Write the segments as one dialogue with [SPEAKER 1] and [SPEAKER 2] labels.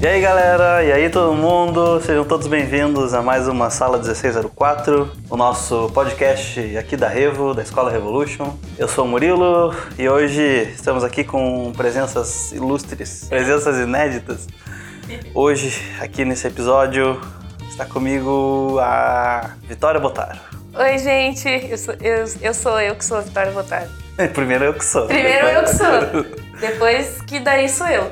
[SPEAKER 1] E aí galera, e aí todo mundo, sejam todos bem-vindos a mais uma Sala 1604, o nosso podcast aqui da Revo, da Escola Revolution. Eu sou o Murilo e hoje estamos aqui com presenças ilustres, presenças inéditas. Hoje, aqui nesse episódio, está comigo a Vitória Botaro.
[SPEAKER 2] Oi, gente. Eu sou eu, eu sou eu que sou a Vitória Botaro.
[SPEAKER 1] Primeiro eu que sou. né?
[SPEAKER 2] Primeiro eu que sou. Depois que daí sou eu.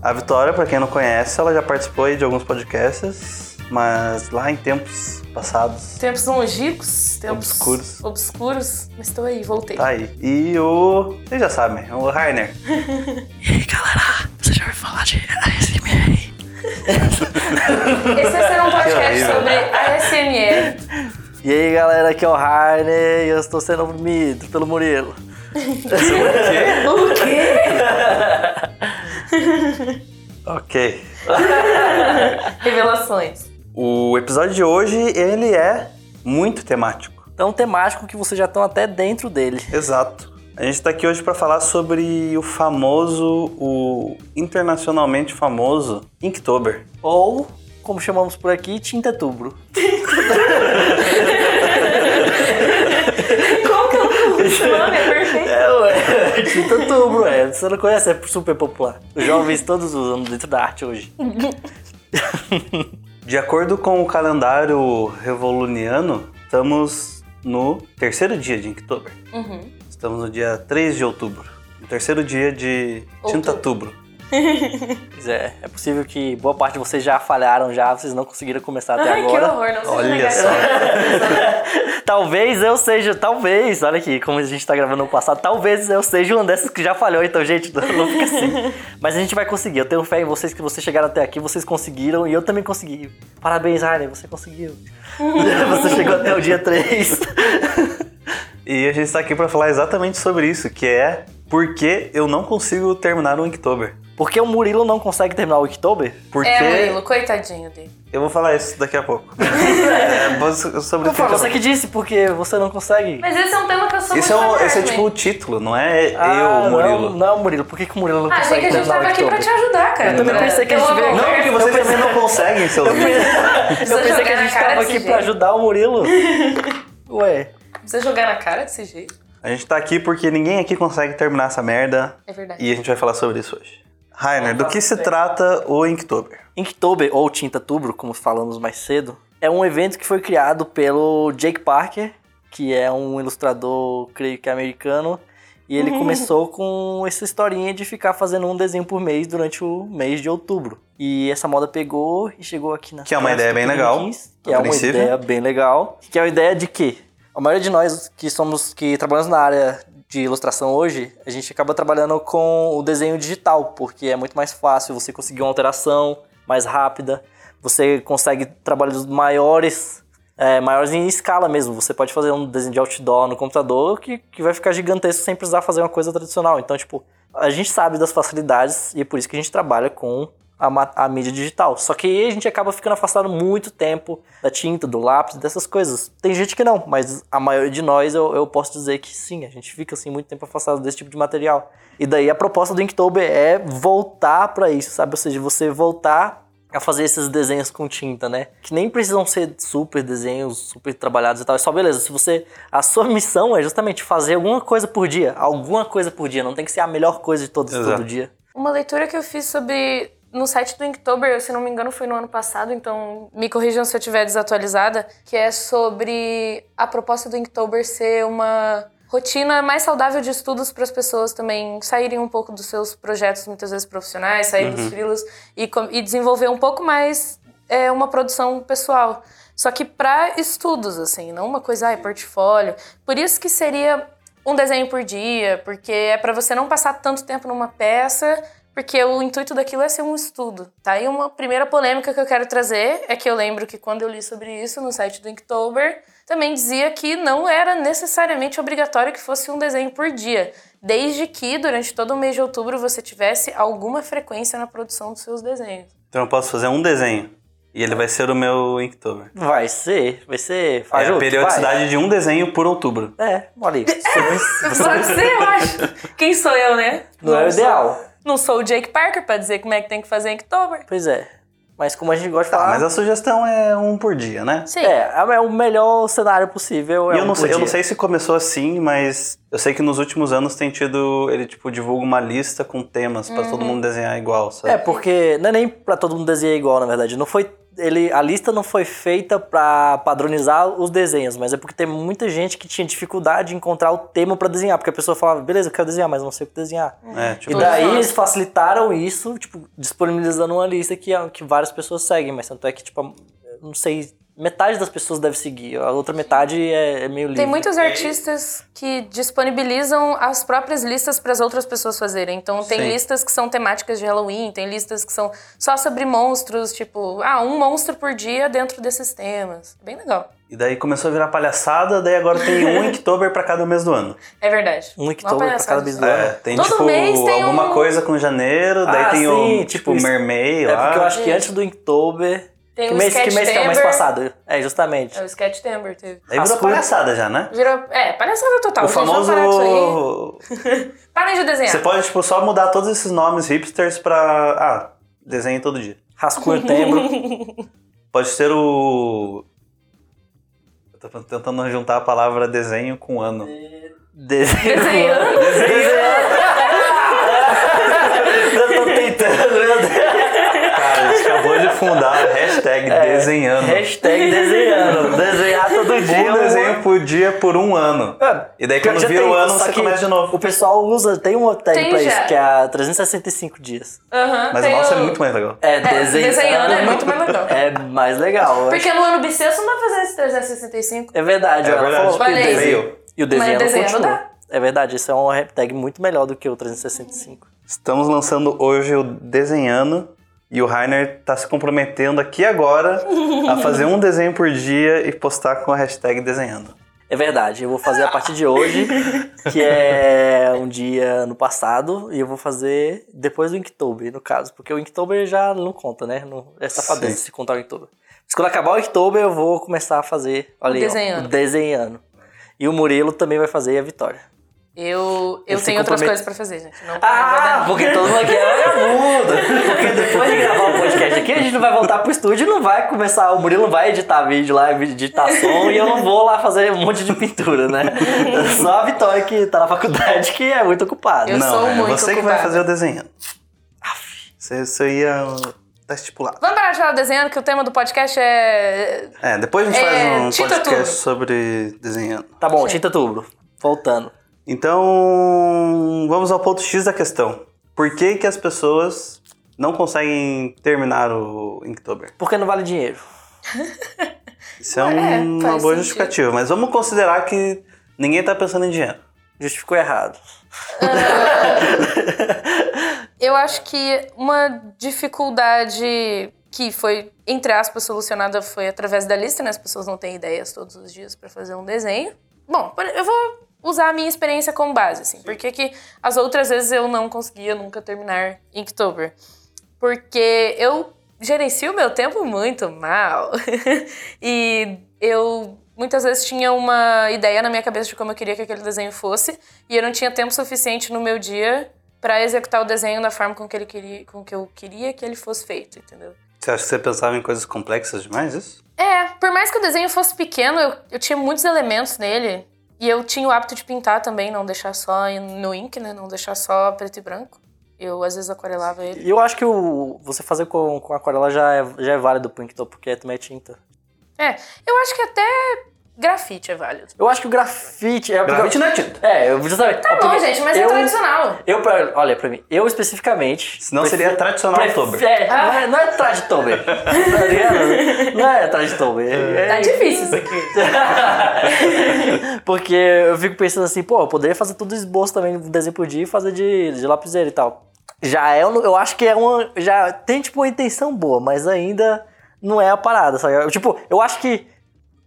[SPEAKER 1] A Vitória, pra quem não conhece, ela já participou aí de alguns podcasts, mas lá em tempos passados.
[SPEAKER 2] Tempos longínquos, tempos
[SPEAKER 1] Obscuros.
[SPEAKER 2] obscuros, mas estou aí, voltei.
[SPEAKER 1] Tá aí. E o. Vocês já sabem, o Rainer.
[SPEAKER 2] Esse vai ser um podcast
[SPEAKER 1] horrível.
[SPEAKER 2] sobre ASMR.
[SPEAKER 1] E aí galera, aqui é o Rainer e eu estou sendo oprimido pelo Murilo.
[SPEAKER 2] O quê?
[SPEAKER 1] Ok.
[SPEAKER 2] Revelações.
[SPEAKER 1] O episódio de hoje, ele é muito temático.
[SPEAKER 3] tão É um temático que vocês já estão até dentro dele.
[SPEAKER 1] Exato. A gente tá aqui hoje para falar sobre o famoso, o internacionalmente famoso Inktober.
[SPEAKER 3] Ou, como chamamos por aqui, tinta tubro.
[SPEAKER 2] Qual que é o nome? É perfeito.
[SPEAKER 3] É, ué. Tinta tubro, é. Você não conhece, é super popular. Os jovens todos usam dentro da arte hoje.
[SPEAKER 1] De acordo com o calendário revoluniano, estamos no terceiro dia de Inktober.
[SPEAKER 2] Uhum.
[SPEAKER 1] Estamos no dia 3 de outubro. No terceiro dia de tinta tubro.
[SPEAKER 3] Pois é, é possível que boa parte de vocês já falharam já, vocês não conseguiram começar até
[SPEAKER 2] Ai, que
[SPEAKER 3] agora.
[SPEAKER 2] horror, não seja
[SPEAKER 1] Olha
[SPEAKER 2] negativa.
[SPEAKER 3] Talvez eu seja, talvez, olha aqui, como a gente tá gravando no passado, talvez eu seja uma dessas que já falhou, então, gente, não não fica assim. Mas a gente vai conseguir, eu tenho fé em vocês que vocês chegaram até aqui, vocês conseguiram e eu também consegui. Parabéns, Rainer, você conseguiu. você chegou até o dia 3.
[SPEAKER 1] E a gente está aqui para falar exatamente sobre isso, que é por que eu não consigo terminar o Inktober.
[SPEAKER 3] Porque o Murilo não consegue terminar o Oktober?
[SPEAKER 1] Porque
[SPEAKER 2] É, Murilo, coitadinho dele.
[SPEAKER 1] eu vou falar isso daqui a pouco. é, mas sobre
[SPEAKER 3] Não foi
[SPEAKER 1] isso.
[SPEAKER 3] você que disse, porque você não consegue.
[SPEAKER 2] Mas esse é um tema que eu sou
[SPEAKER 1] Esse é,
[SPEAKER 2] muito
[SPEAKER 1] um-
[SPEAKER 2] fantasma,
[SPEAKER 1] esse é tipo
[SPEAKER 2] hein?
[SPEAKER 1] o título, não é
[SPEAKER 3] né? Ah,
[SPEAKER 1] eu, Murilo.
[SPEAKER 3] Não, não é o Murilo. Por que, que o Murilo não
[SPEAKER 2] Ah, achei
[SPEAKER 3] consegue
[SPEAKER 2] que a gente
[SPEAKER 3] terminar
[SPEAKER 2] tava
[SPEAKER 3] o
[SPEAKER 2] aqui pra te
[SPEAKER 3] Oktober?
[SPEAKER 2] ajudar, cara.
[SPEAKER 1] Eu também
[SPEAKER 3] pensei que a
[SPEAKER 2] Pelo
[SPEAKER 3] gente veio-
[SPEAKER 2] amor de
[SPEAKER 1] Não,
[SPEAKER 2] Deus.
[SPEAKER 1] porque vocês também não conseguem, seus
[SPEAKER 3] Eu pensei que
[SPEAKER 2] jogar
[SPEAKER 3] a
[SPEAKER 2] na
[SPEAKER 3] gente
[SPEAKER 2] cara
[SPEAKER 3] tava
[SPEAKER 2] desse
[SPEAKER 3] aqui pra
[SPEAKER 2] jeito.
[SPEAKER 3] ajudar o Murilo. Ué,
[SPEAKER 2] Precisa jogar na cara desse jeito?
[SPEAKER 1] A gente tá aqui porque ninguém aqui consegue terminar essa merda.
[SPEAKER 2] É verdade.
[SPEAKER 1] E a gente vai falar sobre isso hoje. Rainer, do
[SPEAKER 3] Vamos
[SPEAKER 1] que
[SPEAKER 3] falar
[SPEAKER 1] se
[SPEAKER 3] sobre
[SPEAKER 1] trata o Inktober?
[SPEAKER 3] Inktober, ou Tinta Tubro, como falamos mais cedo, é um evento que foi criado pelo Jake Parker, que é um ilustrador, creio que americano, e ele começou com essa historinha de ficar fazendo um desenho por mês durante o mês de outubro. E essa moda pegou e chegou aqui na
[SPEAKER 1] Que é uma ideia bem legal,
[SPEAKER 3] que
[SPEAKER 1] a
[SPEAKER 3] é uma
[SPEAKER 1] princípio.
[SPEAKER 3] ideia bem legal, que é uma ideia de que a maioria de nós que somos que trabalhamos na área de ilustração hoje, a gente acaba trabalhando com o desenho digital, porque é muito mais fácil você conseguir uma alteração mais rápida, você consegue trabalhos maiores, é, maiores em escala mesmo. Você pode fazer um desenho de outdoor no computador que, que vai ficar gigantesco sem precisar fazer uma coisa tradicional. Então, tipo, a gente sabe das facilidades e é por isso que a gente trabalha com a, ma- a mídia digital. Só que a gente acaba ficando afastado muito tempo da tinta, do lápis, dessas coisas. Tem gente que não, mas a maioria de nós eu, eu posso dizer que sim, a gente fica assim muito tempo afastado desse tipo de material. E daí a proposta do Inktober é voltar pra isso, sabe? Ou seja, você voltar a fazer esses desenhos com tinta, né? Que nem precisam ser super desenhos, super trabalhados e tal. É só beleza. Se você. A sua missão é justamente fazer alguma coisa por dia. Alguma coisa por dia. Não tem que ser a melhor coisa de todos,
[SPEAKER 1] Exato.
[SPEAKER 3] todo dia.
[SPEAKER 2] Uma leitura que eu fiz sobre. No site do Inktober, se não me engano, foi no ano passado, então me corrijam se eu estiver desatualizada, que é sobre a proposta do Inktober ser uma rotina mais saudável de estudos para as pessoas também saírem um pouco dos seus projetos, muitas vezes profissionais, sair dos frilos e, com- e desenvolver um pouco mais é, uma produção pessoal. Só que para estudos, assim, não uma coisa, ah, é portfólio. Por isso que seria um desenho por dia, porque é para você não passar tanto tempo numa peça, porque o intuito daquilo é ser um estudo, tá? E uma primeira polêmica que eu quero trazer é que eu lembro que quando eu li sobre isso no site do Inktober, também dizia que não era necessariamente obrigatório que fosse um desenho por dia, desde que durante todo o mês de outubro você tivesse alguma frequência na produção dos seus desenhos.
[SPEAKER 1] Então eu posso fazer um desenho. E ele vai ser o meu Inktober.
[SPEAKER 3] Vai ser. Vai ser. Faz
[SPEAKER 1] é a
[SPEAKER 3] outro,
[SPEAKER 1] periodicidade de um desenho por outubro.
[SPEAKER 3] vai. É, olha aí.
[SPEAKER 2] Só que você acha. Quem sou eu, né?
[SPEAKER 3] Não é o
[SPEAKER 2] sou-
[SPEAKER 3] ideal.
[SPEAKER 2] Não sou o Jake Parker pra dizer como é que tem que fazer Inktober.
[SPEAKER 3] Pois é. Mas como a gente gosta de
[SPEAKER 1] Tá,
[SPEAKER 3] falar.
[SPEAKER 1] mas a sugestão é um por dia, né?
[SPEAKER 2] Sim.
[SPEAKER 3] É, é o melhor cenário possível. é
[SPEAKER 1] E eu
[SPEAKER 3] um
[SPEAKER 1] não,
[SPEAKER 3] por
[SPEAKER 1] sei, eu não
[SPEAKER 3] dia.
[SPEAKER 1] sei se começou assim, mas eu sei que nos últimos anos tem tido. Ele, tipo, divulga uma lista com temas pra
[SPEAKER 3] Uhum.
[SPEAKER 1] todo mundo desenhar igual, sabe?
[SPEAKER 3] É, porque não é nem pra todo mundo desenhar igual, na verdade. Não foi. Ele, a lista não foi feita pra padronizar os desenhos, mas é porque tem muita gente que tinha dificuldade em encontrar o tema pra desenhar, porque a pessoa falava, beleza, eu quero desenhar, mas não sei o que desenhar.
[SPEAKER 1] É, tipo,
[SPEAKER 3] e daí
[SPEAKER 2] Uhum.
[SPEAKER 3] eles facilitaram isso, tipo, disponibilizando uma lista que, ah, que várias pessoas seguem, mas tanto é que, tipo, eu não sei, metade das pessoas deve seguir, a outra metade é, é meio livre.
[SPEAKER 2] Tem muitos artistas que disponibilizam as próprias listas para as outras pessoas fazerem. Então, tem
[SPEAKER 1] Sim.
[SPEAKER 2] listas que são temáticas de Halloween, tem listas que são só sobre monstros, tipo, ah, um monstro por dia dentro desses temas. Bem legal.
[SPEAKER 1] E daí começou a virar palhaçada, daí agora tem um Inktober pra cada mês do ano.
[SPEAKER 2] É verdade.
[SPEAKER 3] Um Inktober
[SPEAKER 2] Uma
[SPEAKER 3] pra
[SPEAKER 2] palhaçada.
[SPEAKER 3] cada bisnaga.
[SPEAKER 1] É, tem
[SPEAKER 2] Todo
[SPEAKER 1] tipo
[SPEAKER 2] mês tem
[SPEAKER 1] alguma
[SPEAKER 2] um-
[SPEAKER 1] coisa com janeiro, daí
[SPEAKER 3] Ah,
[SPEAKER 1] tem
[SPEAKER 3] sim,
[SPEAKER 1] o
[SPEAKER 3] tipo
[SPEAKER 1] tipo
[SPEAKER 3] isso.
[SPEAKER 1] mermaid
[SPEAKER 3] É
[SPEAKER 1] lá.
[SPEAKER 3] porque eu acho que antes do Inktober...
[SPEAKER 2] Tem
[SPEAKER 3] que
[SPEAKER 2] o
[SPEAKER 3] mês, que
[SPEAKER 2] Sketch
[SPEAKER 3] mês que é o mês
[SPEAKER 2] Timber.
[SPEAKER 3] passado? É, justamente.
[SPEAKER 2] É, o Sketch Timber teve.
[SPEAKER 1] Daí virou
[SPEAKER 3] as coisas- Ah, um
[SPEAKER 1] palhaçada já, né?
[SPEAKER 2] Virou. É, palhaçada total.
[SPEAKER 1] O
[SPEAKER 2] gente, vamos parar com isso aí.
[SPEAKER 1] famoso.
[SPEAKER 2] Parem de desenhar.
[SPEAKER 3] É.
[SPEAKER 1] Você pode, tipo, só mudar todos esses nomes hipsters pra. Ah, desenhe todo dia.
[SPEAKER 3] Rascunho Tembro.
[SPEAKER 1] Pode ser o. Eu tô tentando juntar a palavra desenho com ano.
[SPEAKER 3] Desenho.
[SPEAKER 2] Desenhando.
[SPEAKER 3] É. Eu tô tentando, meu Deus.
[SPEAKER 1] Cara, a gente acabou de fundar a hashtag desenhando.
[SPEAKER 3] É, Hashtag desenhando. Desenhar todo dia.
[SPEAKER 1] Um desenho por dia por um ano.
[SPEAKER 3] É.
[SPEAKER 1] E daí
[SPEAKER 3] Pior
[SPEAKER 1] quando
[SPEAKER 3] que já
[SPEAKER 1] vira o
[SPEAKER 3] tem,
[SPEAKER 1] ano,
[SPEAKER 3] só
[SPEAKER 1] você
[SPEAKER 3] que
[SPEAKER 1] começa de novo.
[SPEAKER 3] O pessoal usa, tem uma tag
[SPEAKER 2] Tem
[SPEAKER 3] pra
[SPEAKER 2] já.
[SPEAKER 3] isso, que é a 365 dias.
[SPEAKER 2] Aham,
[SPEAKER 1] Mas o
[SPEAKER 2] tem
[SPEAKER 1] nosso é
[SPEAKER 2] o-
[SPEAKER 1] muito mais legal.
[SPEAKER 3] É,
[SPEAKER 2] desenhando é muito mais legal.
[SPEAKER 3] É mais legal. eu
[SPEAKER 2] Porque no ano bissexto não dá pra fazer esse 365.
[SPEAKER 3] É verdade,
[SPEAKER 1] É
[SPEAKER 3] ela
[SPEAKER 1] verdade.
[SPEAKER 3] falou que o
[SPEAKER 2] Olha aí.
[SPEAKER 3] desenho. E o desenho,
[SPEAKER 2] Mas o desenho não
[SPEAKER 3] continua.
[SPEAKER 2] dá.
[SPEAKER 3] É verdade, isso é uma hashtag muito melhor do que o 365.
[SPEAKER 1] Estamos lançando hoje o Desenhando e o Rainer tá se comprometendo aqui agora a fazer um desenho por dia e postar com a hashtag desenhando.
[SPEAKER 3] É verdade, eu vou fazer a partir de hoje, que é um dia no passado, e eu vou fazer depois do Inktober, no caso, porque o Inktober já não conta, né? Não, é safadeza
[SPEAKER 1] Sim.
[SPEAKER 3] se contar o Inktober. Mas quando acabar o Inktober, eu vou começar a fazer, olha aí, ó,
[SPEAKER 2] Desenhando.
[SPEAKER 3] o desenhando. E o Murilo também vai fazer e a Vitória.
[SPEAKER 2] Eu, eu
[SPEAKER 3] Você
[SPEAKER 2] tenho outras
[SPEAKER 3] compromete-
[SPEAKER 2] coisas pra fazer, gente. Não,
[SPEAKER 3] Ah,
[SPEAKER 2] não vou
[SPEAKER 3] porque todo mundo aqui é vagabundo. Porque depois de gravar o podcast aqui, a gente não vai voltar pro estúdio e não vai começar. O Murilo vai editar vídeo lá, editar som, e eu não vou lá fazer um monte de pintura, né? Só a Vitória que tá na faculdade que é muito ocupada.
[SPEAKER 2] Eu
[SPEAKER 1] Não,
[SPEAKER 2] sou
[SPEAKER 1] é
[SPEAKER 2] muito
[SPEAKER 1] você que vai
[SPEAKER 2] ocupada.
[SPEAKER 1] fazer o desenhando. Você, você ia. Tá estipulado.
[SPEAKER 2] Vamos parar de falar desenhando, que o tema do podcast é.
[SPEAKER 1] É, depois a gente
[SPEAKER 2] É,
[SPEAKER 1] faz um
[SPEAKER 2] tinta
[SPEAKER 1] podcast
[SPEAKER 2] tudo.
[SPEAKER 1] sobre desenhando.
[SPEAKER 3] Tá bom, tinta tubro. Voltando.
[SPEAKER 1] Então, vamos ao ponto X da questão. Por que, que as pessoas não conseguem terminar o Inktober?
[SPEAKER 3] Porque não vale dinheiro.
[SPEAKER 1] Isso é,
[SPEAKER 2] É,
[SPEAKER 1] um- uma
[SPEAKER 2] faz
[SPEAKER 1] boa
[SPEAKER 2] sentido.
[SPEAKER 1] justificativa, mas vamos considerar que ninguém tá pensando em dinheiro.
[SPEAKER 3] Justificou errado.
[SPEAKER 2] Eu acho que uma dificuldade que foi, entre aspas, solucionada foi através da lista, né? As pessoas não têm ideias todos os dias pra fazer um desenho. Bom, por- eu vou usar a minha experiência como base, assim. Por que que as outras vezes eu não conseguia nunca terminar Inktober? Porque eu gerencio o meu tempo muito mal. e eu muitas vezes tinha uma ideia na minha cabeça de como eu queria que aquele desenho fosse, e eu não tinha tempo suficiente no meu dia pra executar o desenho da forma com que ele queria, com que eu queria que ele fosse feito, entendeu?
[SPEAKER 1] Você acha que você pensava em coisas complexas demais, isso?
[SPEAKER 2] É, por mais que o desenho fosse pequeno, eu, eu tinha muitos elementos nele. E eu tinha o hábito de pintar também, não deixar só em- no ink, né? Não deixar só preto e branco. Eu às vezes aquarelava ele.
[SPEAKER 3] E eu acho que o, você fazer com, com aquarela já é, já é válido pro Inktober, porque também é tinta.
[SPEAKER 2] É, eu acho que até grafite é válido.
[SPEAKER 3] Eu acho que o grafite... É,
[SPEAKER 1] Grafite não é tinta.
[SPEAKER 3] É, eu justamente...
[SPEAKER 2] Tá bom, gente, mas é
[SPEAKER 3] eu-
[SPEAKER 2] tradicional.
[SPEAKER 3] Eu, pra- olha, pra mim, eu especificamente.
[SPEAKER 1] Senão seria tradicional
[SPEAKER 3] Pref-
[SPEAKER 1] Inktober.
[SPEAKER 3] É, não é, não é traditober. tá ligado? Não é traditober. É,
[SPEAKER 2] Tá difícil isso
[SPEAKER 3] Porque eu fico pensando assim, pô, eu poderia fazer tudo esboço também, um desenho por dia e fazer de, de lapiseira e tal. Já é, um- eu acho que é uma. Já tem, tipo, uma intenção boa, mas ainda não é a parada, sabe? Eu, Tipo, eu acho que.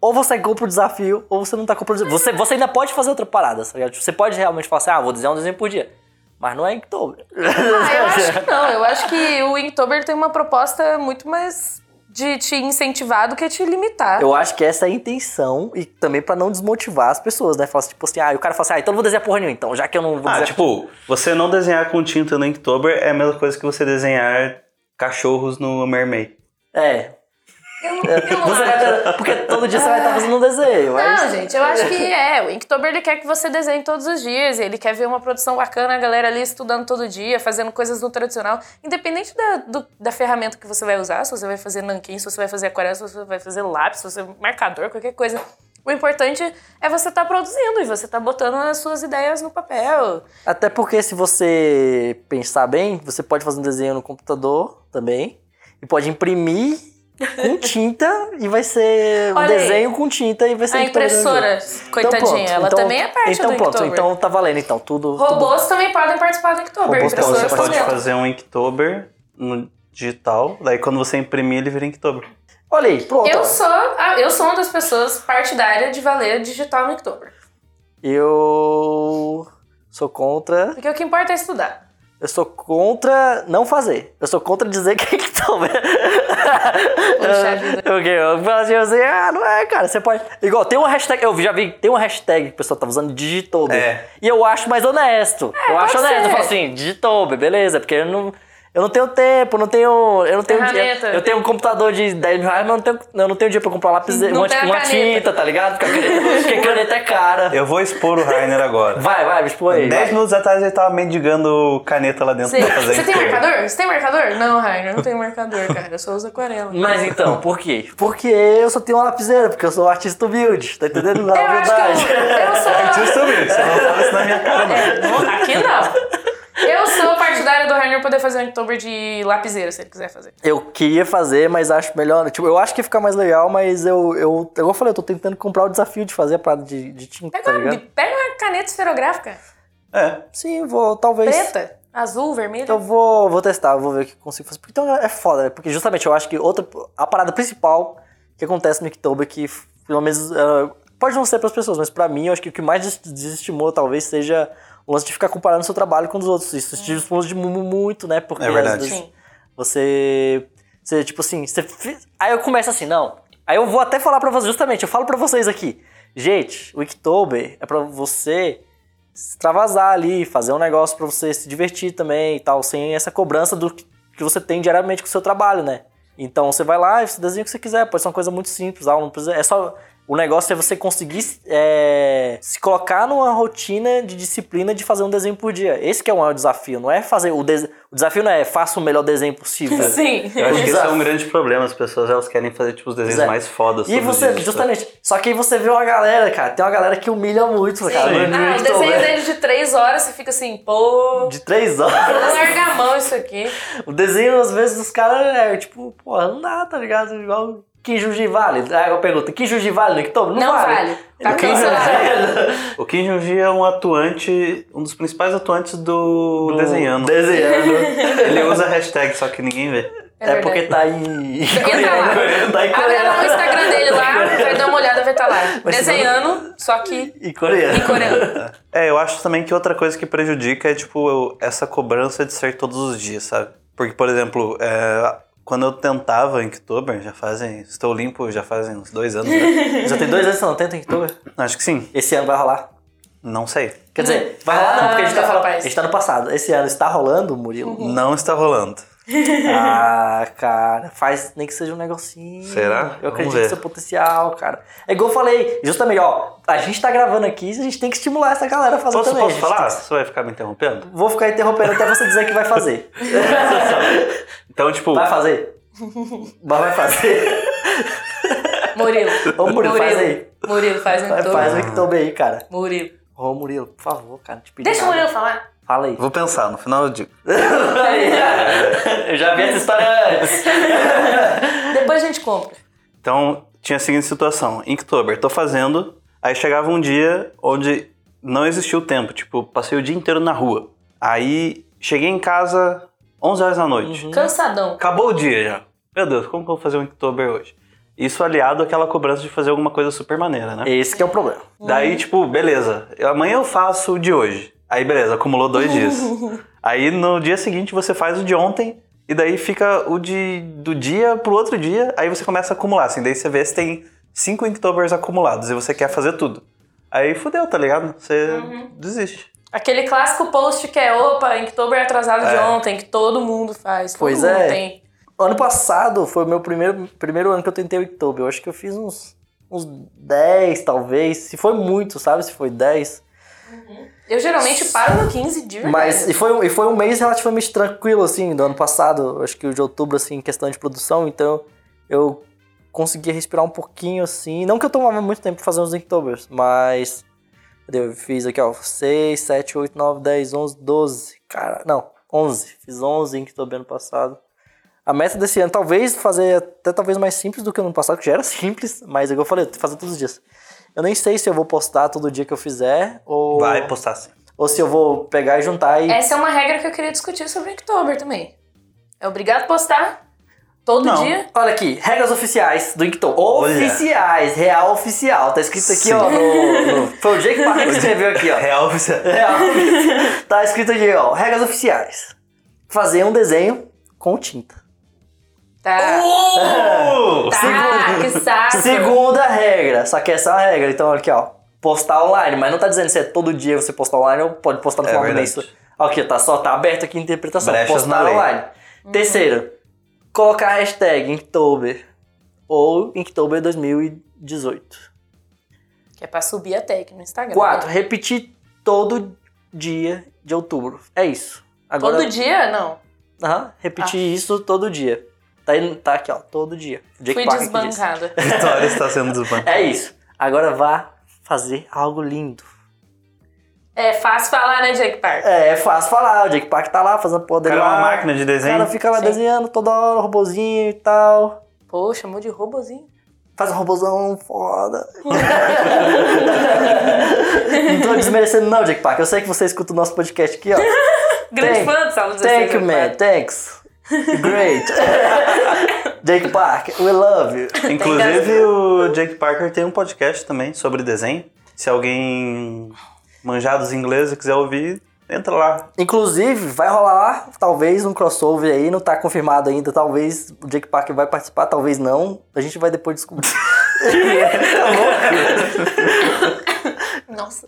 [SPEAKER 3] Ou você compra o desafio, ou você não tá comprando o desafio. Você, você ainda pode fazer outra parada, sabe? Tipo, Você pode realmente falar assim, ah, vou desenhar um desenho por dia. Mas não é Inktober.
[SPEAKER 2] Ah, eu acho que não. Eu acho que o Inktober tem uma proposta muito mais de te incentivar do que te limitar.
[SPEAKER 3] Eu acho que essa é a intenção e também pra não desmotivar as pessoas, né? Fala assim, tipo assim, ah, e o cara fala assim, ah, então eu não vou desenhar porra nenhuma, então, já que eu não vou
[SPEAKER 1] Ah,
[SPEAKER 3] desenhar.
[SPEAKER 1] tipo, você não desenhar com tinta no Inktober é a mesma coisa que você desenhar cachorros no Mermaid.
[SPEAKER 3] É.
[SPEAKER 2] Eu, não- eu não
[SPEAKER 3] Você vai
[SPEAKER 2] acho.
[SPEAKER 3] ter- porque todo dia você vai estar fazendo um desenho, mas.
[SPEAKER 2] Não, gente, eu acho que é. O Inktober ele quer que você desenhe todos os dias. Ele quer ver uma produção bacana, a galera ali estudando todo dia, fazendo coisas no tradicional. Independente da, do- da ferramenta que você vai usar, se você vai fazer nanquim, se você vai fazer aquarela, se você vai fazer lápis, se você marcador, qualquer coisa. O importante é você estar produzindo e você estar botando as suas ideias no papel.
[SPEAKER 3] Até porque se você pensar bem, você pode fazer um desenho no computador também. E pode imprimir com tinta e vai ser um
[SPEAKER 2] Olha aí.
[SPEAKER 3] desenho com tinta e vai ser
[SPEAKER 2] A
[SPEAKER 3] Inktober no
[SPEAKER 2] impressora,
[SPEAKER 3] desenho. Então,
[SPEAKER 2] coitadinha,
[SPEAKER 3] pronto.
[SPEAKER 2] ela
[SPEAKER 3] Então-
[SPEAKER 2] também é parte
[SPEAKER 3] então,
[SPEAKER 2] do
[SPEAKER 3] pronto.
[SPEAKER 2] Inktober.
[SPEAKER 3] Então tá valendo, então. Tudo. tudo-
[SPEAKER 2] Robôs também podem participar do Inktober.
[SPEAKER 3] Robôs
[SPEAKER 1] Então
[SPEAKER 3] Pessoas
[SPEAKER 1] você
[SPEAKER 2] impressoras
[SPEAKER 3] também.
[SPEAKER 1] pode
[SPEAKER 2] também.
[SPEAKER 1] fazer um Inktober no digital, daí quando você imprimir ele vira Inktober.
[SPEAKER 3] Olha aí, pronto.
[SPEAKER 2] Eu sou, a- eu sou uma das pessoas partidária de valer digital no Inktober.
[SPEAKER 3] Eu sou contra.
[SPEAKER 2] Porque o que importa é estudar.
[SPEAKER 3] Eu sou contra não fazer. Eu sou contra dizer que é que toma.
[SPEAKER 2] Puxa vida.
[SPEAKER 3] Eu, eu falo assim, eu sei, ah, não é, cara. Você pode. Igual, tem uma hashtag. Eu já vi, tem uma hashtag que o pessoal tá usando Digitober.
[SPEAKER 1] É.
[SPEAKER 3] E eu acho mais honesto. eu
[SPEAKER 2] É, pode
[SPEAKER 3] acho honesto.
[SPEAKER 2] ser.
[SPEAKER 3] Eu falo assim, Digitober, beleza, porque eu não. Eu não tenho tempo, não tenho. Eu não tenho
[SPEAKER 2] Ferramenta.
[SPEAKER 3] Eu, eu tenho um computador de 10 mil reais, mas eu não tenho, eu não tenho dinheiro pra comprar um lápis,
[SPEAKER 2] Não
[SPEAKER 3] uma,
[SPEAKER 2] tem a
[SPEAKER 3] uma
[SPEAKER 2] caneta.
[SPEAKER 3] tinta, tá ligado? Porque a caneta, porque caneta é cara.
[SPEAKER 1] Eu vou expor o Rainer agora.
[SPEAKER 3] Vai, vai, me expõe aí.
[SPEAKER 1] 10
[SPEAKER 3] vai.
[SPEAKER 1] minutos atrás ele tava mendigando caneta lá dentro
[SPEAKER 2] Você,
[SPEAKER 1] pra fazer
[SPEAKER 2] você tem
[SPEAKER 1] Inktober.
[SPEAKER 2] marcador? Você tem marcador? Não, Rainer, não tenho marcador, cara. Eu só uso aquarela.
[SPEAKER 3] Mas então, por quê? Porque eu só tenho uma lapiseira, porque eu sou um artista humilde, tá entendendo? Na
[SPEAKER 2] eu acho
[SPEAKER 3] verdade.
[SPEAKER 2] que eu, eu sou.
[SPEAKER 1] Justo isso, você não fala isso na minha cara, não.
[SPEAKER 2] É, não- aqui não. Eu sou partidária do Rainer poder fazer um Inktober de lapiseira, se ele quiser fazer.
[SPEAKER 3] Eu queria fazer, mas acho melhor. Tipo, eu acho que ia ficar mais legal, mas eu. eu igual eu falei, eu tô tentando comprar o desafio de fazer a parada de, de tinta,
[SPEAKER 2] Pega
[SPEAKER 3] tá
[SPEAKER 2] uma,
[SPEAKER 3] ligado?
[SPEAKER 2] pega uma caneta esferográfica.
[SPEAKER 1] É,
[SPEAKER 3] Sim, vou, talvez.
[SPEAKER 2] Preta, azul, vermelha.
[SPEAKER 3] Eu Então, vou, vou testar, vou ver o que eu consigo fazer. Porque então é foda, né? Porque justamente eu acho que outra. A parada principal que acontece no Inktober, que f- pelo menos. ah, pode não ser para as pessoas, mas pra mim eu acho que o que mais des- desestimula talvez seja o lance de ficar comparando seu trabalho com os outros. Isso te estimula de mu- muito, né? Porque
[SPEAKER 1] É verdade.
[SPEAKER 3] às vezes
[SPEAKER 2] Sim.
[SPEAKER 3] você. Você, tipo assim, você. fi- Aí eu começo assim, não. Aí eu vou até falar pra vocês, justamente, eu falo pra vocês aqui. Gente, o Inktober é pra você extravasar ali, fazer um negócio pra você se divertir também e tal, sem essa cobrança do que que você tem diariamente com o seu trabalho, né? Então você vai lá e você desenha o que você quiser, pode ser uma coisa muito simples, ah, não precisa, é só o negócio é você conseguir é, se colocar numa rotina de disciplina de fazer um desenho por dia. Esse que é o maior desafio, não é fazer o, des... o desafio não é faça o melhor desenho possível.
[SPEAKER 2] Sim.
[SPEAKER 1] eu acho que esse é
[SPEAKER 3] Exato.
[SPEAKER 1] um grande problema. As pessoas elas querem fazer tipo os desenhos
[SPEAKER 3] Exato.
[SPEAKER 1] mais fodas.
[SPEAKER 3] E
[SPEAKER 1] todos os
[SPEAKER 3] você,
[SPEAKER 1] dias,
[SPEAKER 3] justamente, só que aí você vê uma galera, cara, tem uma galera que humilha muito, cara. é
[SPEAKER 1] Sim.
[SPEAKER 3] no
[SPEAKER 2] Ah, o
[SPEAKER 3] Inktober.
[SPEAKER 2] desenho dele de três horas, você fica assim, pô,
[SPEAKER 3] né? de três horas.
[SPEAKER 2] larga a mão isso aqui.
[SPEAKER 3] O desenho, às vezes, dos caras é tipo, porra, não dá, tá ligado? Igual Kinjuji vale. Aí eu pergunto, Kinjuji vale né? no Inktober?
[SPEAKER 2] Não vale. Tá
[SPEAKER 3] Quem
[SPEAKER 2] cancelado.
[SPEAKER 1] sabe? O Kim Jong-un é um atuante, um dos principais atuantes do, desenhando.
[SPEAKER 3] Desenhando.
[SPEAKER 1] Ele usa hashtag, só que ninguém vê.
[SPEAKER 3] É,
[SPEAKER 2] É verdade.
[SPEAKER 3] porque tá em. em
[SPEAKER 2] Entra lá.
[SPEAKER 3] coreano, tá em
[SPEAKER 2] Abre lá o
[SPEAKER 3] coreano.
[SPEAKER 2] Instagram dele lá, vai dar uma olhada, vai estar lá.
[SPEAKER 3] Mas
[SPEAKER 2] Desenhando, só que
[SPEAKER 3] Em coreano.
[SPEAKER 2] em coreano.
[SPEAKER 1] É, eu acho também que outra coisa que prejudica é, tipo, eu- essa cobrança de ser todos os dias, sabe? Porque, por exemplo, é, quando eu tentava Inktober, já fazem. Estou limpo já fazem uns dois anos, né?
[SPEAKER 3] Já tem dois anos que você não tenta Inktober?
[SPEAKER 1] Acho que sim.
[SPEAKER 3] Esse ano vai rolar.
[SPEAKER 1] Não sei.
[SPEAKER 3] Quer dizer, vai rolar não, porque a gente tá
[SPEAKER 2] Ah,
[SPEAKER 3] falando. A
[SPEAKER 2] rapaz.
[SPEAKER 3] gente tá no passado. Esse ano está rolando, Murilo?
[SPEAKER 1] Não está rolando.
[SPEAKER 3] Ah, cara, faz nem que seja um negocinho.
[SPEAKER 1] Será?
[SPEAKER 3] Eu
[SPEAKER 1] Vamos
[SPEAKER 3] acredito
[SPEAKER 1] ver.
[SPEAKER 3] no seu potencial, cara. É igual eu falei, justamente, ó, a gente tá gravando aqui, a gente tem que estimular essa galera a fazer
[SPEAKER 1] Posso,
[SPEAKER 3] também.
[SPEAKER 1] posso
[SPEAKER 3] a gente
[SPEAKER 1] falar?
[SPEAKER 3] tem
[SPEAKER 1] Você vai ficar me interrompendo?
[SPEAKER 3] que- Vou ficar interrompendo até você dizer que vai fazer.
[SPEAKER 1] Então, tipo,
[SPEAKER 3] vai fazer? Mas vai fazer.
[SPEAKER 2] Murilo.
[SPEAKER 3] Ô, Murilo, faz aí.
[SPEAKER 2] Murilo, faz um
[SPEAKER 3] Vai,
[SPEAKER 2] todo.
[SPEAKER 3] faz o Inktober aí, cara.
[SPEAKER 2] Murilo.
[SPEAKER 3] Ô, Murilo, por favor, cara, te pedi
[SPEAKER 2] Deixa o
[SPEAKER 3] nada.
[SPEAKER 2] Murilo falar.
[SPEAKER 3] Fala aí.
[SPEAKER 1] vou pensar, no final eu digo.
[SPEAKER 3] eu já vi essa história antes.
[SPEAKER 2] Depois a gente compra.
[SPEAKER 1] Então, tinha a seguinte situação: Inktober, tô fazendo. Aí chegava um dia onde não existia o tempo, tipo, passei o dia inteiro na rua. Aí cheguei em casa 11 horas da noite.
[SPEAKER 3] Hum.
[SPEAKER 2] Cansadão.
[SPEAKER 1] Acabou o dia já. Meu Deus, como que eu vou fazer um Inktober hoje? Isso aliado àquela cobrança de fazer alguma coisa super maneira, né?
[SPEAKER 3] Esse que é o problema.
[SPEAKER 1] Daí, tipo, beleza, eu- amanhã eu faço o de hoje. Aí, beleza, acumulou dois dias. Aí no dia seguinte você faz o de ontem. E daí fica o de, do dia pro outro dia, aí você começa a acumular, assim. Daí você vê se tem cinco Inktober's acumulados e você quer fazer tudo. Aí fudeu, tá ligado? Você desiste.
[SPEAKER 2] Aquele clássico post que é, opa, Inktober é atrasado de ontem, que todo mundo faz.
[SPEAKER 3] Pois
[SPEAKER 2] todo
[SPEAKER 3] é.
[SPEAKER 2] mundo tem.
[SPEAKER 3] Ano passado foi o meu primeiro, primeiro ano que eu tentei o Inktober. Eu acho que eu fiz uns, uns 10, talvez. Se foi muito, sabe? Se foi 10.
[SPEAKER 2] Eu geralmente paro no 15 de verdade.
[SPEAKER 3] Mas e foi, um- e foi um mês relativamente tranquilo, assim, do ano passado. Eu Acho que o de outubro, assim, em questão de produção. Então eu consegui respirar um pouquinho, assim. Não que eu tomava muito tempo pra fazer os Inktober's, mas. cadê? Eu fiz aqui, ó, 6, 7, 8, 9, 10, 11, 12. Cara, não, 11. Fiz 11 Inktober ano passado. A meta desse ano, talvez fazer até talvez mais simples do que o ano passado, que já era simples, mas é o que eu falei, fazer todos os dias. Eu nem sei se eu vou postar todo dia que eu fizer, ou,
[SPEAKER 1] Vai postar sim.
[SPEAKER 3] ou se eu vou pegar e juntar e
[SPEAKER 2] Essa é uma regra que eu queria discutir sobre Inktober também. É obrigado a postar todo
[SPEAKER 1] Não.
[SPEAKER 2] dia.
[SPEAKER 3] Olha aqui, regras oficiais do Inktober.
[SPEAKER 1] Olha.
[SPEAKER 3] Oficiais, real oficial. Tá escrito aqui,
[SPEAKER 1] Sim.
[SPEAKER 3] ó. No, no- foi o Jake Parker que escreveu aqui, ó.
[SPEAKER 1] Real oficial.
[SPEAKER 3] Real. tá escrito aqui, ó. Regras oficiais. Fazer um desenho com tinta.
[SPEAKER 2] Tá.
[SPEAKER 1] Uh!
[SPEAKER 2] Tá, que saco.
[SPEAKER 3] Segunda regra. Só que essa é uma regra. Então, aqui, ó. Postar online. Mas não tá dizendo se é todo dia você postar online ou pode postar no
[SPEAKER 1] É
[SPEAKER 3] final do mês.
[SPEAKER 1] verdade.
[SPEAKER 3] Aqui, tá só. Tá aberto aqui a interpretação.
[SPEAKER 1] Brechas na
[SPEAKER 3] postar
[SPEAKER 1] lei.
[SPEAKER 3] online. Terceiro. Colocar a hashtag Inktober ou Inktober 2018.
[SPEAKER 2] Que é pra subir a tag no Instagram.
[SPEAKER 3] Quatro,
[SPEAKER 2] né?
[SPEAKER 3] repetir todo dia de outubro. É isso. Agora,
[SPEAKER 2] Todo dia? Ah. Não.
[SPEAKER 3] Aham, repetir isso todo dia. Tá, aí- tá aqui, ó, todo dia. O Jake
[SPEAKER 2] Fui
[SPEAKER 3] Parker que disse.
[SPEAKER 2] desbancada.
[SPEAKER 1] Vitória está tá sendo desbancada.
[SPEAKER 3] É isso. Agora vá fazer algo lindo.
[SPEAKER 2] É fácil falar, né, Jake Park?
[SPEAKER 3] É, é fácil falar, o Jake Parker tá lá fazendo porra
[SPEAKER 1] O
[SPEAKER 3] dele
[SPEAKER 1] cara é uma
[SPEAKER 3] lá.
[SPEAKER 1] máquina de
[SPEAKER 3] O
[SPEAKER 1] desenho.
[SPEAKER 3] cara fica lá
[SPEAKER 2] Sim.
[SPEAKER 3] desenhando toda hora, robozinho e tal.
[SPEAKER 2] Poxa, chamou de robozinho.
[SPEAKER 3] Faz um robozão foda. não tô desmerecendo não, Jake Parker. Eu sei que você escuta o nosso podcast aqui, ó.
[SPEAKER 2] Grande
[SPEAKER 3] Thank-
[SPEAKER 2] é fã do Salmo 16.
[SPEAKER 3] Thank you,
[SPEAKER 2] Jake
[SPEAKER 3] man.
[SPEAKER 2] Park.
[SPEAKER 3] Thanks. Great. Jake Park, we love you.
[SPEAKER 1] Inclusive, o Jake Parker tem um podcast também sobre desenho. Se alguém manjar dos ingleses quiser ouvir, entra lá.
[SPEAKER 3] Inclusive, vai rolar talvez um crossover aí, não tá confirmado ainda. Talvez o Jake Park vai participar, talvez não. A gente vai depois descobrir.
[SPEAKER 1] Tá
[SPEAKER 2] Nossa.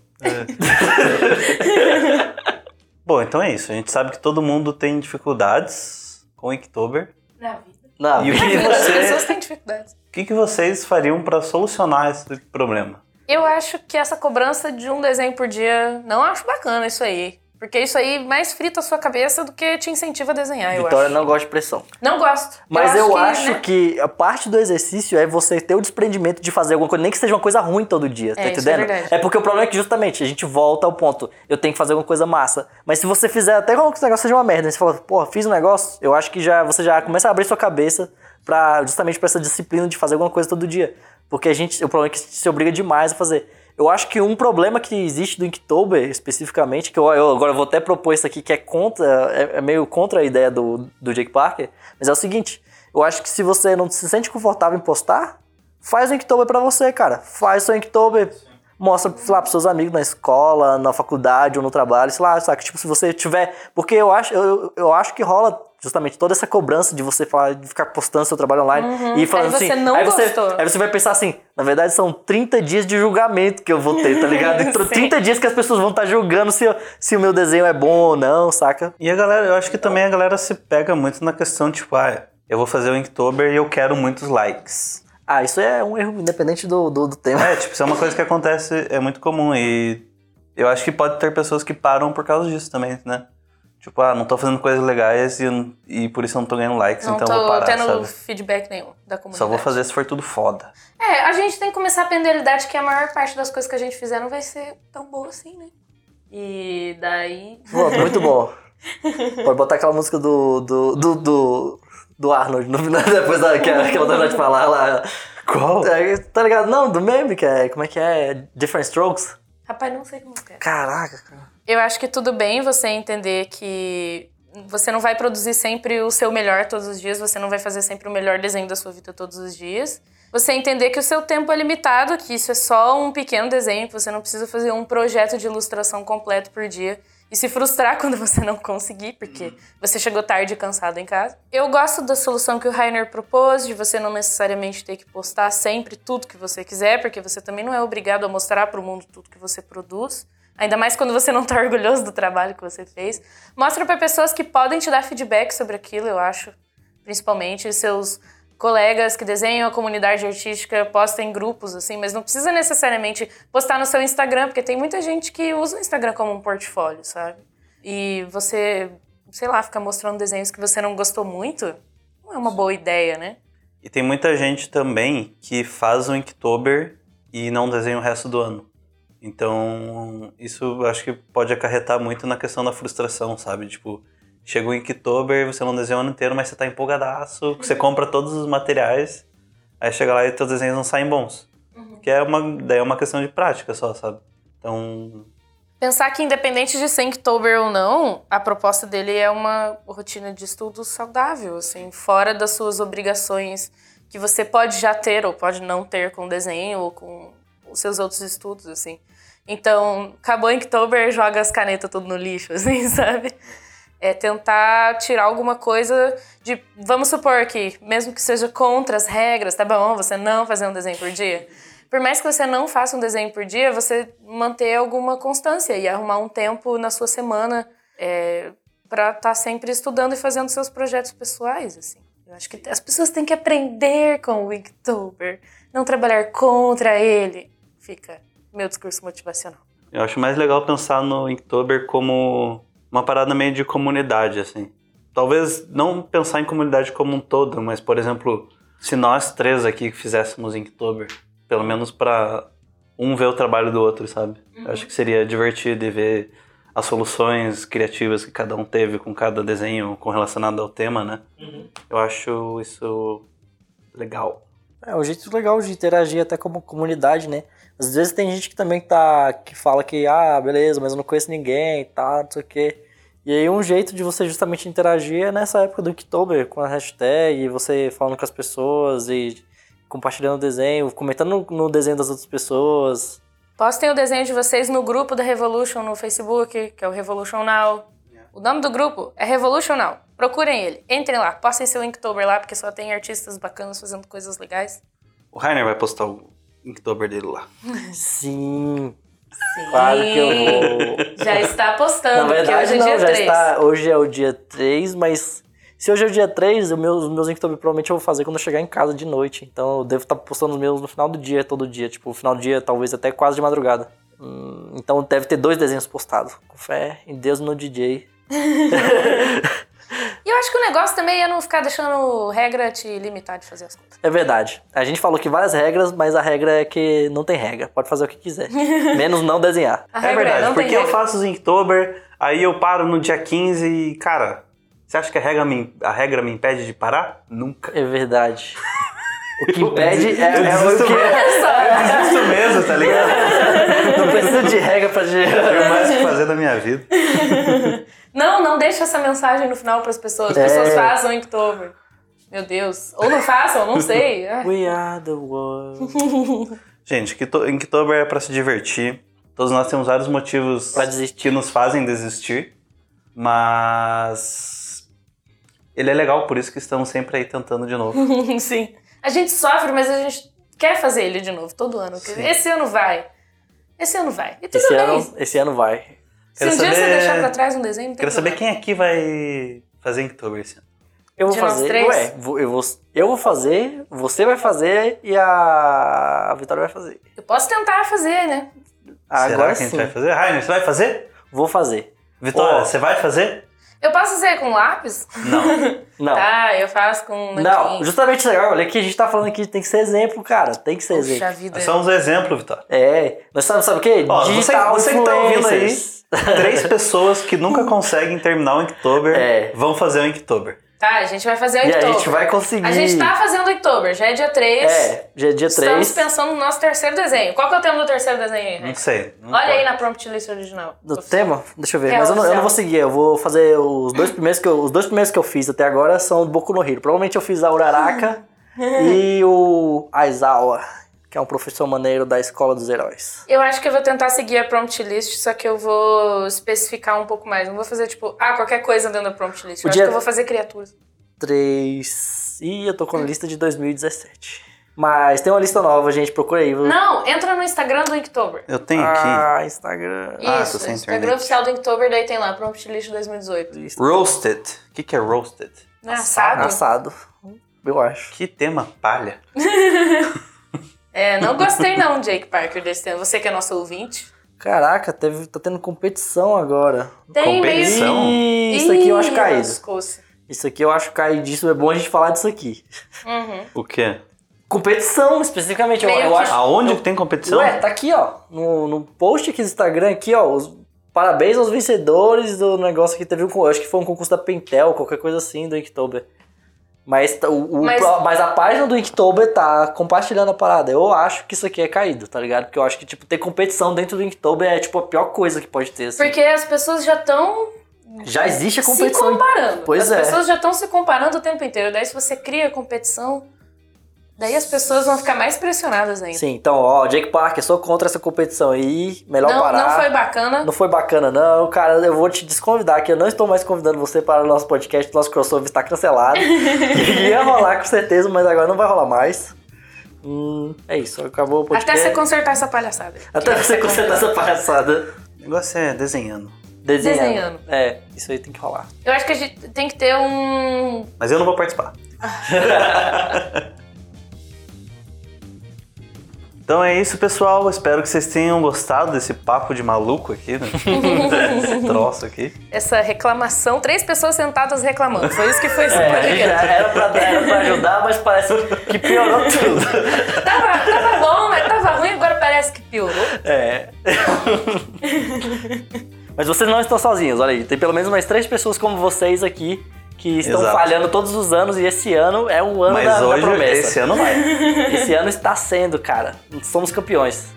[SPEAKER 1] Bom, então é isso. A gente sabe que todo mundo tem dificuldades com o Inktober.
[SPEAKER 2] Na vida.
[SPEAKER 3] Não,
[SPEAKER 1] E o que
[SPEAKER 2] As pessoas
[SPEAKER 1] você...
[SPEAKER 2] têm dificuldades.
[SPEAKER 1] O que, que vocês fariam para solucionar esse problema?
[SPEAKER 2] Eu acho que essa cobrança de um desenho por dia, não acho bacana isso aí. Porque isso aí mais frita a sua cabeça do que te incentiva a desenhar, eu
[SPEAKER 3] Vitória
[SPEAKER 2] acho.
[SPEAKER 3] não gosta de pressão.
[SPEAKER 2] Não gosto.
[SPEAKER 3] Mas eu, acho,
[SPEAKER 2] né?
[SPEAKER 3] que, a parte do exercício é você ter o desprendimento de fazer alguma coisa, nem que seja uma coisa ruim todo dia, tá
[SPEAKER 2] É, isso é
[SPEAKER 3] entendendo?
[SPEAKER 2] verdade.
[SPEAKER 3] porque o problema é que justamente a gente volta ao ponto, eu tenho que fazer alguma coisa massa. Mas se você fizer até como que esse negócio seja uma merda, você fala, porra, fiz um negócio, eu acho que já você já começa a abrir sua cabeça para justamente pra essa disciplina de fazer alguma coisa todo dia. Porque a gente, o problema é que se obriga demais a fazer. Eu acho que um problema que existe do Inktober, especificamente, que eu, eu agora vou até propor isso aqui, que é contra, é, é meio contra a ideia do, do Jake Parker, mas é o seguinte, eu acho que se você não se sente confortável em postar, faz o Inktober pra você, cara. Faz seu Inktober, mostra sei lá, pros seus amigos na escola, na faculdade ou no trabalho, sei lá, saca? Tipo, se você tiver. Porque eu acho, eu, eu acho que rola justamente toda essa cobrança de você falar, de ficar postando seu trabalho online e falando
[SPEAKER 2] Uhum. Aí você
[SPEAKER 3] assim.
[SPEAKER 2] não
[SPEAKER 3] aí, você,
[SPEAKER 2] postou.
[SPEAKER 3] aí você vai pensar assim, na verdade são 30 dias de julgamento que eu vou ter, tá ligado?
[SPEAKER 2] Sim.
[SPEAKER 3] 30 dias que as pessoas vão estar julgando se, eu- se o meu desenho é bom ou não, saca?
[SPEAKER 1] E a galera, eu acho que também a galera se pega muito na questão, tipo, ah, eu vou fazer o Inktober e eu quero muitos likes.
[SPEAKER 3] Ah, isso é um erro independente do, do, do tema.
[SPEAKER 1] É, tipo, isso é uma coisa que acontece, é muito comum e eu acho que pode ter pessoas que param por causa disso também, né? Tipo, ah, não tô fazendo coisas legais e, e por isso eu não tô ganhando likes,
[SPEAKER 2] Não
[SPEAKER 1] então eu
[SPEAKER 2] tô
[SPEAKER 1] vou parar,
[SPEAKER 2] tendo
[SPEAKER 1] sabe?
[SPEAKER 2] feedback nenhum da comunidade.
[SPEAKER 1] Só vou fazer se for tudo foda.
[SPEAKER 2] É, a gente tem que começar a aprender a lidar de que a maior parte das coisas que a gente fizer não vai ser tão boa assim, né? E daí.
[SPEAKER 3] Pô, muito bom. Pode botar aquela música do. do. do, do, do Arnold no final, depois da, que ela que ela terminar de falar lá.
[SPEAKER 1] Qual?
[SPEAKER 3] É, tá ligado? Não, do meme, que é. Como é que é? Different Strokes?
[SPEAKER 2] Rapaz, não sei como que é.
[SPEAKER 3] Caraca, cara.
[SPEAKER 2] Eu acho que tudo bem você entender que você não vai produzir sempre o seu melhor todos os dias, você não vai fazer sempre o melhor desenho da sua vida todos os dias. Você entender que o seu tempo é limitado, que isso é só um pequeno desenho, que você não precisa fazer um projeto de ilustração completo por dia. e se frustrar quando você não conseguir, porque você chegou tarde e cansado em casa. Eu gosto da solução que o Rainer propôs, de você não necessariamente ter que postar sempre tudo que você quiser, porque você também não é obrigado a mostrar para o mundo tudo que você produz. Ainda mais quando você não tá orgulhoso do trabalho que você fez. Mostra para pessoas que podem te dar feedback sobre aquilo, eu acho. Principalmente seus colegas que desenham a comunidade artística, posta em grupos, assim, mas não precisa necessariamente postar no seu Instagram, porque tem muita gente que usa o Instagram como um portfólio, sabe? E você, sei lá, fica mostrando desenhos que você não gostou muito, não é uma boa ideia, né?
[SPEAKER 1] E tem muita gente também que faz o Inktober e não desenha o resto do ano. Então, isso eu acho que pode acarretar muito na questão da frustração, sabe? Tipo, chega o Inktober, você não desenha o ano inteiro, mas você tá empolgadaço, você compra todos os materiais, aí chega lá e teus desenhos não saem bons. Que é uma, daí é uma questão de prática só, sabe? Então,
[SPEAKER 2] Pensar que independente de ser Inktober ou não, a proposta dele é uma rotina de estudo saudável, assim, fora das suas obrigações que você pode já ter ou pode não ter com o desenho ou com os seus outros estudos, assim. Então, acabou Inktober, joga as canetas tudo no lixo, assim, sabe? É tentar tirar alguma coisa de. Vamos supor que, mesmo que seja contra as regras, tá bom, você não fazer um desenho por dia. Por mais que você não faça um desenho por dia, você manter alguma constância e arrumar um tempo na sua semana é, para estar sempre estudando e fazendo seus projetos pessoais, assim. Eu acho que as pessoas têm que aprender com o Inktober, não trabalhar contra ele. Fica meu discurso motivacional.
[SPEAKER 1] Eu acho mais legal pensar no Inktober como uma parada meio de comunidade, assim. Talvez não pensar em comunidade como um todo, mas, por exemplo, se nós três aqui fizéssemos Inktober, pelo menos pra um ver o trabalho do outro, sabe? Eu acho que seria divertido e ver as soluções criativas que cada um teve com cada desenho com relacionado ao tema, né? Eu acho isso legal.
[SPEAKER 3] É um jeito legal de interagir até como comunidade, né? Às vezes tem gente que também tá, que fala que, ah, beleza, mas eu não conheço ninguém, tá, não sei o quê. E aí um jeito de você justamente interagir é nessa época do Inktober, com a hashtag, e você falando com as pessoas e compartilhando o desenho, comentando no desenho das outras pessoas.
[SPEAKER 2] Postem o desenho de vocês no grupo da Revolution no Facebook, que é o Revolution Now. O nome do grupo é Revolution Now. Procurem ele, entrem lá, postem seu Inktober lá, porque só tem artistas bacanas fazendo coisas legais.
[SPEAKER 1] O Rainer vai postar o Inktober dele lá.
[SPEAKER 3] Sim, claro que eu vou.
[SPEAKER 2] Já está postando,
[SPEAKER 3] Na
[SPEAKER 2] porque
[SPEAKER 3] verdade,
[SPEAKER 2] hoje é
[SPEAKER 3] não,
[SPEAKER 2] dia
[SPEAKER 3] já
[SPEAKER 2] 3.
[SPEAKER 3] está. Hoje é o dia 3, mas se hoje é o dia 3, os meus, os meus Inktober provavelmente eu vou fazer quando eu chegar em casa de noite. Então eu devo estar postando os meus no final do dia, todo dia. Tipo, no final do dia, talvez até quase de madrugada. Hum, então deve ter dois desenhos postados. Com fé em Deus no DJ.
[SPEAKER 2] E eu acho que o negócio também é não ficar deixando regra te limitar de fazer as coisas.
[SPEAKER 3] É verdade. A gente falou que várias regras, mas a regra é que não tem regra. Pode fazer o que quiser. Menos não desenhar.
[SPEAKER 2] A
[SPEAKER 1] É
[SPEAKER 2] regra
[SPEAKER 1] verdade,
[SPEAKER 2] não tem
[SPEAKER 1] porque eu
[SPEAKER 2] regra.
[SPEAKER 1] faço os Inktober, aí eu paro no dia 15 e, cara, você acha que a regra me, a regra me impede de parar? Nunca.
[SPEAKER 3] É verdade. O que impede é, é o
[SPEAKER 1] desisto
[SPEAKER 3] que.
[SPEAKER 1] mesmo.
[SPEAKER 2] Olha só,
[SPEAKER 1] Eu desisto É mesmo, tá ligado?
[SPEAKER 3] Não precisa de regra pra
[SPEAKER 1] Eu
[SPEAKER 3] gerar.
[SPEAKER 1] tenho mais o que fazer da minha vida.
[SPEAKER 2] Não, não deixa essa mensagem no final para as pessoas. As
[SPEAKER 3] É.
[SPEAKER 2] pessoas fazem o Inktober. Meu Deus. Ou não façam, não sei. Ah,
[SPEAKER 3] We are the world.
[SPEAKER 1] Gente, Inkto- Inktober é pra se divertir. Todos nós temos vários motivos
[SPEAKER 3] Pra desistir.
[SPEAKER 1] que nos fazem desistir, mas ele é legal, por isso que estamos sempre aí tentando de novo.
[SPEAKER 2] Sim. A gente sofre, mas a gente quer fazer ele de novo, todo ano.
[SPEAKER 1] Sim.
[SPEAKER 2] Esse ano vai. Esse ano vai. E tudo
[SPEAKER 3] Esse
[SPEAKER 2] bem.
[SPEAKER 3] ano, esse ano vai.
[SPEAKER 2] Se um
[SPEAKER 1] Quero
[SPEAKER 2] dia você
[SPEAKER 1] saber-
[SPEAKER 2] deixar pra trás um desenho, não tem
[SPEAKER 1] Quero saber
[SPEAKER 2] problema.
[SPEAKER 1] quem aqui vai fazer Inktober esse ano.
[SPEAKER 3] Eu vou
[SPEAKER 2] De nós
[SPEAKER 3] fazer.
[SPEAKER 2] três?
[SPEAKER 3] Ué, vou- eu vou, eu vou fazer, você vai fazer e a, a Vitória vai fazer. Ah,
[SPEAKER 2] Eu posso tentar fazer, né?
[SPEAKER 1] Será
[SPEAKER 3] Agora
[SPEAKER 1] que a gente
[SPEAKER 3] sim.
[SPEAKER 1] vai fazer? Rainer, você vai fazer?
[SPEAKER 3] Vou fazer.
[SPEAKER 1] Vitória,
[SPEAKER 3] Ó.
[SPEAKER 1] você vai fazer?
[SPEAKER 2] Eu posso fazer com lápis?
[SPEAKER 1] Não.
[SPEAKER 3] Não.
[SPEAKER 2] Tá, eu faço com
[SPEAKER 3] Não,
[SPEAKER 2] manequim.
[SPEAKER 3] justamente isso agora. Olha que a gente tá falando aqui, tem que ser exemplo, cara. Tem que ser
[SPEAKER 2] Puxa
[SPEAKER 3] exemplo.
[SPEAKER 2] vida.
[SPEAKER 1] Nós somos um exemplo, Vitória.
[SPEAKER 3] É. Nós sabe, sabe o quê?
[SPEAKER 1] Ó, você- você que tá ouvindo aí.
[SPEAKER 3] influencers.
[SPEAKER 1] Três pessoas que nunca conseguem terminar o Inktober
[SPEAKER 3] É.
[SPEAKER 1] vão fazer o Inktober.
[SPEAKER 2] Tá, a gente vai fazer o
[SPEAKER 3] um- E É, a
[SPEAKER 2] Inktober.
[SPEAKER 3] gente vai conseguir.
[SPEAKER 2] A gente tá fazendo o Inktober, já é dia 3.
[SPEAKER 3] É, dia, dia
[SPEAKER 2] Estamos
[SPEAKER 3] 3.
[SPEAKER 2] pensando no nosso terceiro desenho. Qual que é o tema do terceiro desenho
[SPEAKER 3] É.
[SPEAKER 2] aí,
[SPEAKER 1] Não
[SPEAKER 2] Rex?
[SPEAKER 1] sei. não
[SPEAKER 2] Olha aí
[SPEAKER 1] importa.
[SPEAKER 2] na prompt list original.
[SPEAKER 3] Hum, Do
[SPEAKER 2] Oficial.
[SPEAKER 3] tema? Deixa eu ver.
[SPEAKER 2] É,
[SPEAKER 3] Mas eu não, eu
[SPEAKER 2] oficial.
[SPEAKER 3] não vou seguir, eu vou fazer os dois primeiros que eu, os dois primeiros que eu fiz até agora são do Boku no Hiro. Provavelmente eu fiz a Uraraka e o Aizawa, que é um professor maneiro da Escola dos Heróis.
[SPEAKER 2] Eu acho que eu vou tentar seguir a prompt list, só que eu vou especificar um pouco mais. Não vou fazer, tipo, ah, qualquer coisa dentro da prompt list. Eu acho
[SPEAKER 3] Podia-
[SPEAKER 2] que eu vou fazer criaturas.
[SPEAKER 3] Três. Ih, eu tô com a lista de 2017. Mas tem uma lista nova, gente. Procura aí.
[SPEAKER 2] Não, entra no Instagram do Inktober.
[SPEAKER 1] Eu tenho aqui.
[SPEAKER 3] Ah, Instagram.
[SPEAKER 1] Ah, tô
[SPEAKER 2] Isso,
[SPEAKER 1] sem
[SPEAKER 2] Instagram
[SPEAKER 1] internet.
[SPEAKER 2] oficial do Inktober, daí tem lá, prompt list 2018.
[SPEAKER 3] Lista.
[SPEAKER 1] Roasted. O que, que é roasted?
[SPEAKER 2] Não é assado?
[SPEAKER 3] Assado. Eu acho.
[SPEAKER 1] Que tema palha.
[SPEAKER 2] É, não gostei não, Jake Parker, desse tema. Você que é nosso ouvinte.
[SPEAKER 3] Caraca, teve, tá tendo competição agora.
[SPEAKER 2] Tem meio...
[SPEAKER 1] Competição? Competição?
[SPEAKER 3] Ih, isso aqui eu acho
[SPEAKER 2] Ih,
[SPEAKER 3] caído.
[SPEAKER 2] lascou-se.
[SPEAKER 3] Isso aqui eu acho caidíssimo. É bom a gente falar disso aqui.
[SPEAKER 2] Uhum.
[SPEAKER 1] O quê?
[SPEAKER 3] Competição, especificamente. Eu,
[SPEAKER 2] Meio
[SPEAKER 3] eu
[SPEAKER 2] que-
[SPEAKER 3] acho.
[SPEAKER 1] Aonde que tem competição?
[SPEAKER 3] Ué, tá aqui, ó. No, no post aqui do Instagram, aqui, ó. os- parabéns aos vencedores do negócio que teve um. con- Acho que foi um concurso da Pentel, qualquer coisa assim, do Inktober. Mas, tá- o, o-
[SPEAKER 2] Mas-
[SPEAKER 3] pro- mas a página do Inktober tá compartilhando a parada. Eu acho que isso aqui é caído, tá ligado? Porque eu acho que, tipo, ter competição dentro do Inktober é, tipo, a pior coisa que pode ter, assim.
[SPEAKER 2] Porque as pessoas já estão
[SPEAKER 3] Já existe a
[SPEAKER 2] se
[SPEAKER 3] competição.
[SPEAKER 2] comparando.
[SPEAKER 3] Pois
[SPEAKER 2] as
[SPEAKER 3] é.
[SPEAKER 2] pessoas já estão se comparando o tempo inteiro. Daí se você cria competição, daí as pessoas vão ficar mais pressionadas ainda.
[SPEAKER 3] Sim, então, ó, Jake Parker, sou contra essa competição aí. Melhor
[SPEAKER 2] não,
[SPEAKER 3] parar.
[SPEAKER 2] não foi bacana.
[SPEAKER 3] Não foi bacana, não. Cara, eu vou te desconvidar, que eu não estou mais convidando você para o nosso podcast. Nosso crossover está cancelado. Ia rolar com certeza, mas agora não vai rolar mais. Hum, é isso, acabou o
[SPEAKER 2] Até
[SPEAKER 3] podcast.
[SPEAKER 2] você consertar essa palhaçada.
[SPEAKER 3] Até você consertar essa palhaçada.
[SPEAKER 1] O negócio é desenhando.
[SPEAKER 3] Desenhando.
[SPEAKER 2] Desenhando.
[SPEAKER 3] É, isso aí tem que rolar.
[SPEAKER 2] Eu acho que a gente tem que ter um.
[SPEAKER 1] Mas eu não vou participar. então é isso, pessoal. Espero que vocês tenham gostado desse papo de maluco aqui, né? Esse troço aqui.
[SPEAKER 2] Essa reclamação. Três pessoas sentadas reclamando. Foi isso que foi esse
[SPEAKER 3] É, a gente
[SPEAKER 2] podcast.
[SPEAKER 3] era pra, era pra ajudar, mas parece que piorou tudo.
[SPEAKER 2] Tava, tava bom, mas tava ruim, agora parece que piorou.
[SPEAKER 3] É. Mas vocês não estão sozinhos, olha aí. Tem pelo menos mais três pessoas como vocês aqui que estão
[SPEAKER 1] Exato.
[SPEAKER 3] falhando todos os anos e esse ano é o ano
[SPEAKER 1] Mas
[SPEAKER 3] da, da
[SPEAKER 1] hoje,
[SPEAKER 3] promessa.
[SPEAKER 1] esse ano vai.
[SPEAKER 3] Esse ano está sendo, cara. Somos campeões.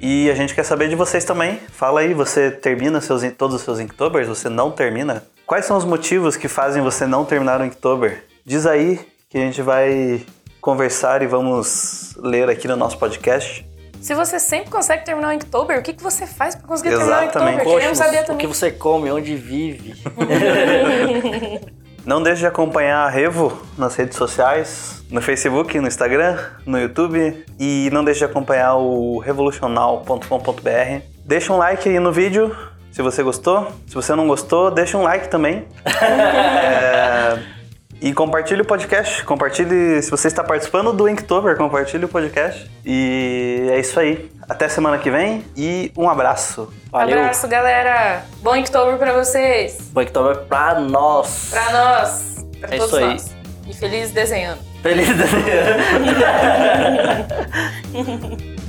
[SPEAKER 1] E a gente quer saber de vocês também. Fala aí, você termina seus, todos os seus Inktober's? Você não termina? Quais são os motivos que fazem você não terminar o Inktober? Diz aí que a gente vai conversar e vamos ler aqui no nosso podcast.
[SPEAKER 2] Se você sempre consegue terminar o Inktober, o que, que você faz pra conseguir terminar o
[SPEAKER 1] Exatamente.
[SPEAKER 2] Inktober? Queremos saber
[SPEAKER 3] o que
[SPEAKER 2] também.
[SPEAKER 3] você come, onde vive.
[SPEAKER 1] Não deixe de acompanhar a Revo nas redes sociais, no Facebook, no Instagram, no YouTube e não deixe de acompanhar o revolucional.com.br. Deixa um like aí no vídeo se você gostou. Se você não gostou, deixa um like também. É, E compartilhe o podcast. Compartilhe. Se você está participando do Inktober, compartilhe o podcast. E é isso aí. Até semana que vem e um abraço.
[SPEAKER 3] Valeu.
[SPEAKER 2] Abraço, galera. Bom Inktober pra vocês.
[SPEAKER 3] Booktober pra nós.
[SPEAKER 2] Pra nós. Pra
[SPEAKER 3] É
[SPEAKER 2] todos
[SPEAKER 3] isso aí.
[SPEAKER 2] nós. E feliz desenhando.
[SPEAKER 3] Feliz desenho.